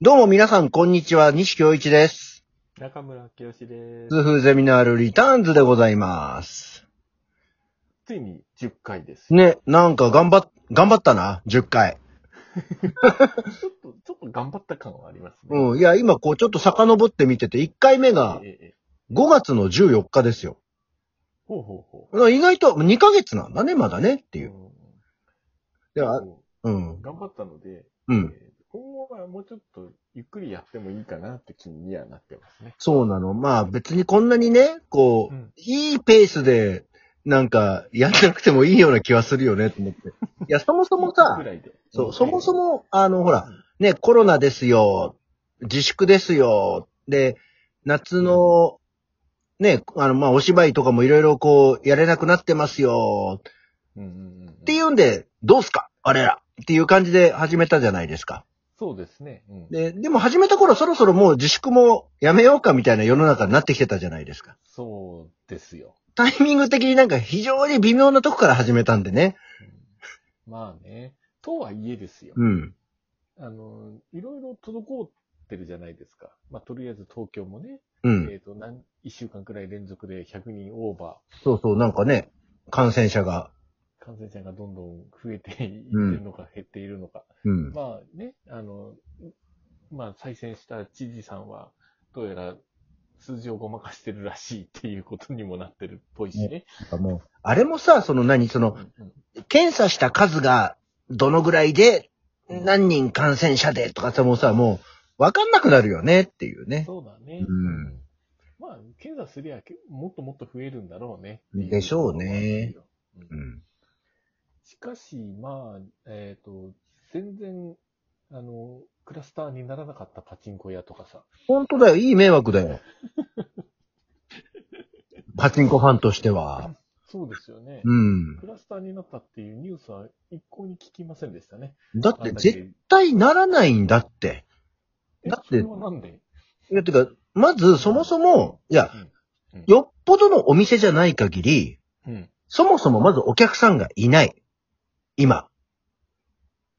どうも皆さん、こんにちは。西京一です。中村清志です。痛風ゼミナールリターンズでございます。ついに10回です。ね、なんか頑張っ、頑張ったな、10回。ちょっと、ちょっと頑張った感はありますね。うん、いや、今こうちょっと遡って見てて、1回目がええええ5月の14日ですよ。ほうほうほだから意外と2ヶ月なんだね、まだね、ってう。いう。うんでは、こうんう、頑張ったので、うん。えー今後はもうちょっとゆっくりやってもいいかなって気にはなってますね。そうなの。まあ別にこんなにね、こう、ん。いいペースで、なんか、やんなくてもいいような気はするよね、と思って。いや、そもそもさぐ、らいで。そう、そもそも、も、あの、ほら、ね、コロナですよ、自粛ですよ、で、夏の、ね、あの、まあ、お芝居とかもいろいろこう、やれなくなってますよ、うんうんうん。っっていうんで、どうすかあれらっていう感じで始めたじゃないですか。そうですね。うん。で、でも始めた頃そろそろもう自粛もやめようかみたいな世の中になってきてたじゃないですか。そうですよ。タイミング的になんか非常に微妙なとこから始めたんでね。うんまあね。とはいえですよ。うん。あの、いろいろ滞ってるじゃないですか。まあ、とりあえず東京もね。うん。えっ、と、なん、一週間くらい連続で100人オーバそうそう、なんかね、感染者が。ー、感染者がどんどん増えていってうんるのか減っているのか。うん。まあね、あの、まあ再選した知事さんは、どうやら数字をごまかしてるらしいっていうことにもなってるっぽいしね。なんかもう、あれもさ、その何、その、うん検査した数がどのぐらいで、何人感染者でとかさ、もうさ、もう、わかんなくなるよねっていううんね。そうだね。うんまあ、検査すりゃけもっともっと増えるんだろうね。でしょうねうん。うん。しかし、まあ、えっ、と、全然、あの、クラスターにならなかったパチンコ屋とかさ、本当だよ、いい迷惑だよ。 パチンコファンとしては。そうですよね。うん。クラスターになったっていうニュースは一向に聞きませんでしたね。だっあてんだけ絶対ならないんだって。えだってそれはなんでいや、てか、まずそもそも、いや、よっぽどのお店じゃない限り、うん。そもそもまずお客さんがいない。今。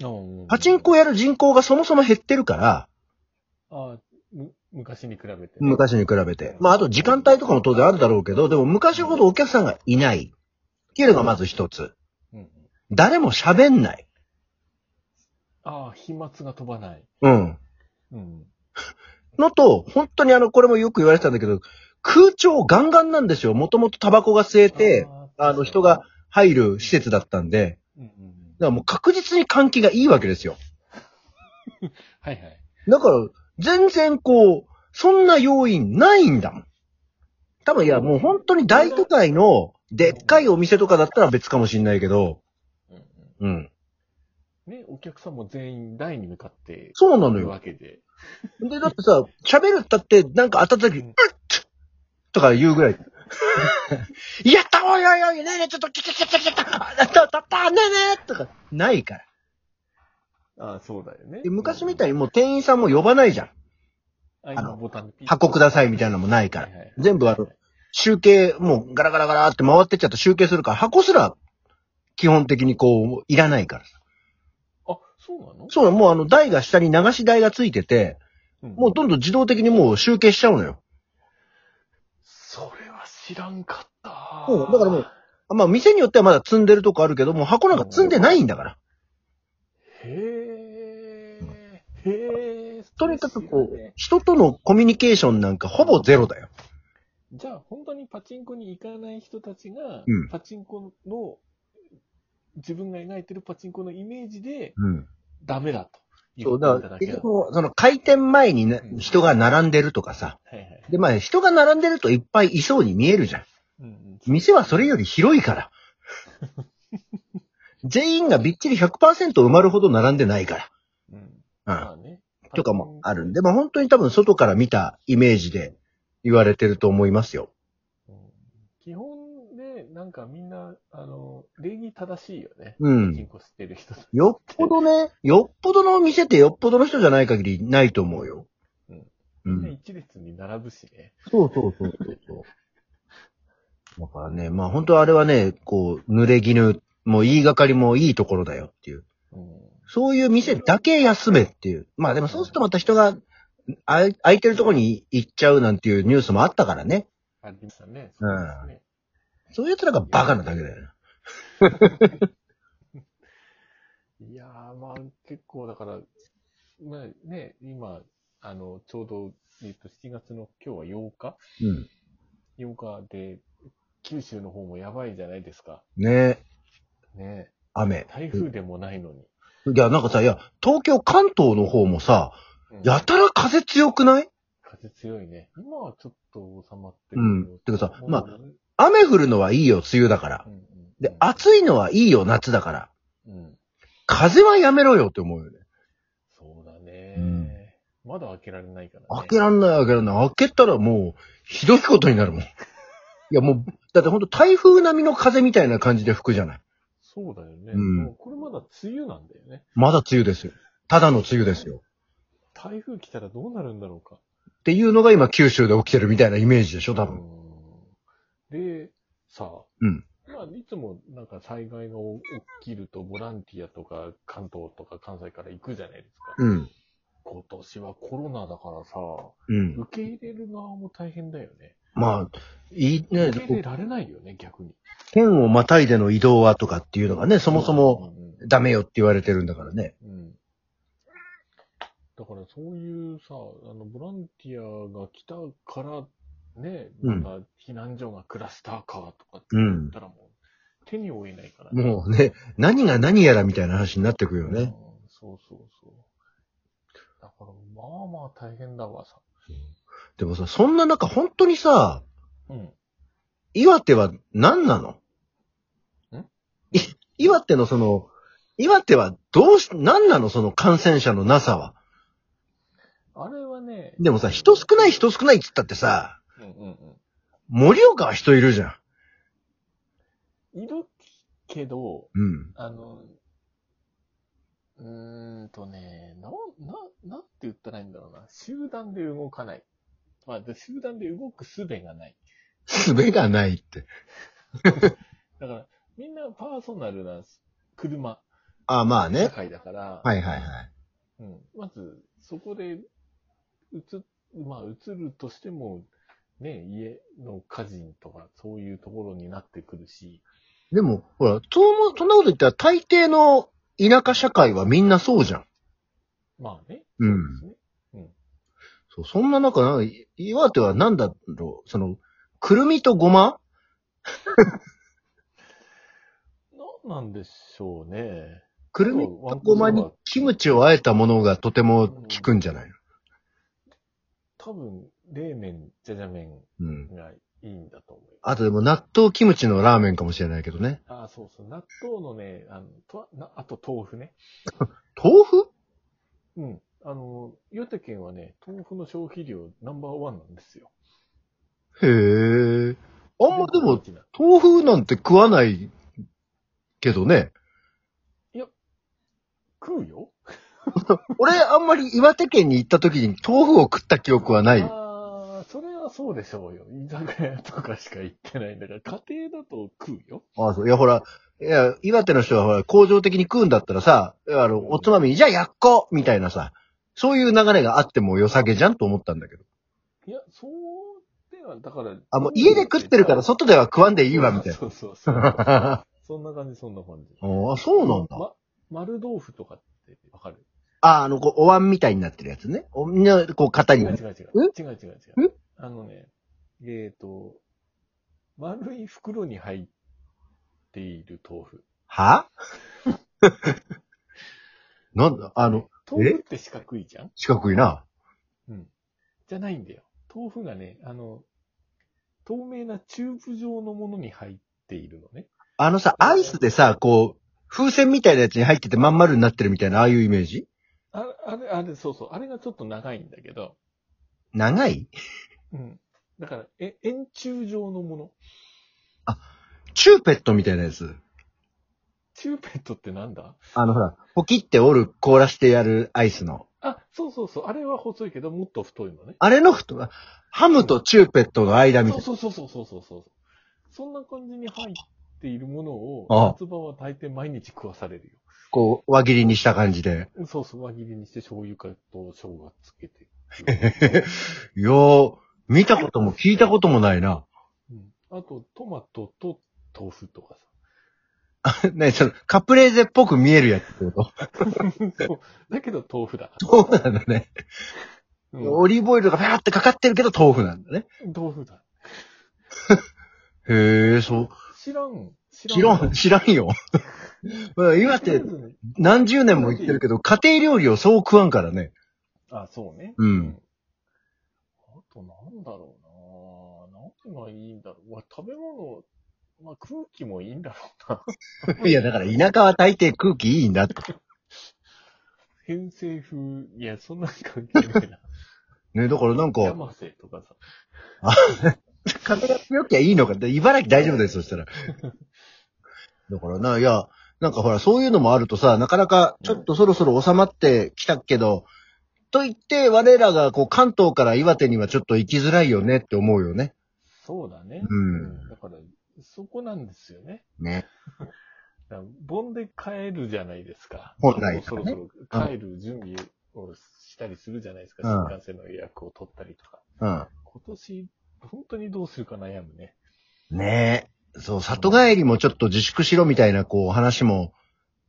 うん。パチンコをやる人口がそもそも減ってるから、あむ昔に比べてね、昔に比べて。まあ、あと時間帯とかも当然あるだろうけど、でも昔ほどお客さんがいない。っていうのがまず一つ。うんうん。誰も喋んない。ああ、飛沫が飛ばない。うん。うん。のと、本当にあの、これもよく言われてたんだけど、空調ガンガンなんですよ。もともとタバコが吸えて、ーあの人が、入る施設だったんで、うんうんうん。だからもう確実に換気がいいわけですよ。はいはい。だから、全然こう、そんな要因ないんだもん。多分いや、もう本当に大都会のでっかいお店とかだったら別かもしんないけど、うんうんうん。ね、お客さんも全員台に向かって、そうなうのるよ。わけで。で、だってさ、喋るったって、なんか当たった時、ううんっとか言うぐらい。 やったおいおいおいねえねえ、ちょっと、きたきたきたきた当たった当たったねえねえとか、ないから。ああ、そうだよねで。昔みたいい。にもう店員さんも呼ばないじゃん。ああの今ボタンピッ箱くださいみたいなのもないからはいはいはい。全部あの、集計、もうガラガラガラって回ってっちゃって集計するから、箱すら基本的にこう、いらないからさ。あ、そうなのそうだ、もうあの台が下に流し台がついてて、うんもうどんどん自動的にもう集計しちゃうのよ。それは知らんかった。そうだからもうまあ店によってはまだ積んでるとこあるけど、もう箱なんか積んでないんだから。へえ。へえ。とにかくこそううですよね、人とのコミュニケーションなんかほぼゼロだよ。じゃあ、本当にパチンコに行かない人たちが、うんパチンコの、自分が描いてるパチンコのイメージで、うん。ダメだと。そう、言だっかたら、だけ結だ。局、その開店前にねうん人が並んでるとかさ。はいはい。で、まあ人が並んでるといっぱいいそうに見えるじゃん。うんうん店はそれより広い から。全員がびっちり100%埋まるほど並んでないかうん。ら。まあねうん。。とかもあるんで、まあ本当に多分外から見たイメージで言われてると思いますよ。うん。基本で、なんかみんな、あの、礼儀正しいよね。うパチンん。コしてる人たち。よっぽどね、よっぽどのお店ってよっぽどの人じゃない限りないと思うよ。うんう。みんなん一列に並ぶしね。そうそうそうそうそう。だからね、まあ本当あれはね、こう、濡れ衣も言いがかりもいいところだよっていう。うん。そういう店だけ休めっていう。まあでもそうするとまた人が、あい空いてるとこに行っちゃうなんていうニュースもあったからね。ありましたね。うんそうですねそういう奴らがバカなだけだよね。いやー、まあ、結構だから、まあね、今、あの、ちょうど、えっと、7月の今日は8日うん。 ?8 日で、九州の方もやばいじゃないですか。ねえ、ね雨。台風でもないのに。いや、なんかさ、いや、東京、関東の方もさ、うんやたら風強くない風強いね。今はちょっと収まってうんてかさまああ、うん雨降るのはいいよ、梅雨だからう。ん、で、暑いのはいいよ、夏だから。うん。風はやめろよって思うよね。そうだうんね。まだ開けられないからね。開けらんない、開けらんない。開けたらもう、ひどいことになる もん。いや、もう、だってほんと台風並みの風みたいな感じで吹くじゃない。そうだよね。うんもうこれまだ梅雨なんだよね。まだ梅雨ですよ。ただの梅雨ですよ。台風来たらどうなるんだろうか。っていうのが今九州で起きてるみたいなイメージでしょ、多分。うんで、さあ、うんまあ、いつもなんか災害が起きるとボランティアとか関東とか関西から行くじゃないですか。うん。今年はコロナだからさ、うん。受け入れる側も大変だよね。まあ、いいね受、け入れられないよね、逆に。県をまたいでの移動はとかっていうのがね、そもそもダメよって言われてるんだからね。うん。うんうんだからそういうさ、あの、ボランティアが来たから、ね、うんまた避難所がクラスターかとかってう言んっ。たらもう手に負えないからねもうね、何が何やらみたいな話になってくるようんね。。そうそうそう。だから、まあまあ大変だわさ。でもさ、そんな中本当にさ、うん。岩手は何なのんい岩手のその、岩手はどうし、何なのその感染者のなさは。あれはね。でもさ、人少ない人少ないって言ったってさ、うんうん盛岡は人いるじゃん。うん。いるけど、うん。あの、うーんとね、な、な、なんて言ったらいいんだろうな。集団で動かない。まあ、で集団で動く術がない。すべがないって。だから、みんなパーソナルな車、ああ、まあ社ね。会だから、はいはいはい。うん、まず、そこで、うつ、まあ、移るとしても、ね、家の家人とか、そういうところになってくるし、でも、ほら、そうも、そんなこと言ったら大抵の田舎社会はみんなそうじゃん。まあね、うんそうですね。そう、そんな中、なんか岩手はなんだろう、その、くるみとごまなんなんでしょうね。くるみとごまにキムチをあえたものがとても効くんじゃないの多分、冷麺、じゃじゃ麺うん。がいいんだと思います。あとでも納豆キムチのラーメンかもしれないけどね。ああ、そうそう。納豆のね、あの、となあと豆腐ね。豆腐うん。あの、岩手県はね、豆腐の消費量ナンバーワンなんですよ。へえ。あんまで大も、きな豆腐なんて食わないけどね。食うよ俺、あんまり岩手県に行った時に豆腐を食った記憶はない。ああ、それはそうでしょうよ。居酒屋とかしか行ってないんだから、家庭だと食うよ。ああ、そう。いや、ほら、いや、岩手の人はほら、恒常的に食うんだったらさ、いやあの、おつまみに、じゃあやっこみたいなさ、そういう流れがあっても良さげじゃんと思ったんだけど。いや、そうでは、だから。あ、もう家で食ってるからそ外では食わんでいいわ、みたいそうそうそう。な。そんな感じ、そんな感じ。ああ、そうなんだ。ま、丸豆腐とかってわかるああ、あの、こう、お椀みたいになってるやつね。おみんな、こう、型違うに違うな違ってる。う。違う違う違えう。あのね、えっ、と、丸い袋に入っている豆腐。は なんだ、あの、、豆腐って四角いじゃん四角いな。うん。じゃないんだよ。豆腐がね、あの、透明なチューブ状のものに入っているのね。あのさ、アイスでさ、こう、風船みたいなやつに入っててまん丸になってるみたいな、ああいうイメージああれ、あれ、そうそう。あれがちょっと長いんだけど。長いうん。だから、え、円柱状のもの。チューペットみたいなやつ。チューペットってなんだあのほら、ポキって折る、凍らしてやるアイスの。あ、そうそうそう。あれは細いけど、もっと太いのね。あれの太が、ハムとチューペットの間みたそいうな。そうそうそうそうそうそう。そんな感じに入っているものを、ああ夏場は大抵毎日食わされるよ。こう、輪切りにした感じで。そうそう、輪切りにして醤油かと生姜つけて。 いやー、見たことも聞いたこともないな。 うん。あと、トマトと豆腐とかさ。ね、その、カプレーゼっぽく見えるやつってこ そう。だけど豆腐だ。と そうなんだね。うんオリーブオイルがファーってかかってるけど豆腐なんだね。豆腐だ。へえ、そう。知らん。知知らん、知らん よ。うん岩手、て。何十年も行ってるけど、家庭料理をそう食わんからね。あ、そうね。うん。あとなんだろうな何がいいんだろう。まあ、食べ物、まあ、空気もいいんだろうな。 いや、だから田舎は大抵空気いいんだって。偏西風、いや、そんなに関係ないな。ね、だからなんか、山瀬とかさ。風が強きゃいいのか。で茨城大丈夫だよ、そした ら。だからな、いや、なんかほら、そういうのもあるとさ、なかなかちょっとそろそろ収まってきたけど、と言って、我らがこう関東から岩手にはちょっと行きづらいよねって思うよね。そうだね。うんだから、そこなんですよね。ね。だから盆で帰るじゃないですか。本来はねもうそろそろ帰る準備をしたりするじゃないですか。うん新幹線の予約を取ったりとか。うん。今年、本当にどうするか悩むね。ねえ。そう、里帰りもちょっと自粛しろみたいなこう話も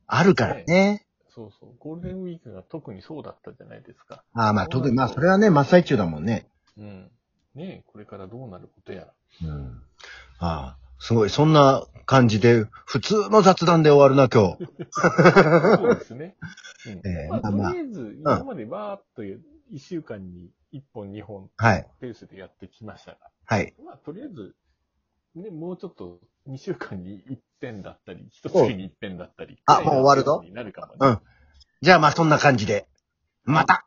あるからね。そうそう。ゴールデンウィークが特にそうだったじゃないですか。ああ、まあ特に、まあそれはね、真っ最中だもんね。うん。ねえ、これからどうなること やら。うん。ああ、すごい。そんな感じで、普通の雑談で終わるな、今日。そうですね。うんええまあ、まあまあとりあえず、今までわーっと1週間に1本、2本はい。ペースでやってきましたが、はい。まあ、とりあえず、ね、もうちょっと2週間に1点だったり、1月に1点だったり。あもう終わるぞになるかもね。うんじゃあまあそんな感じで。また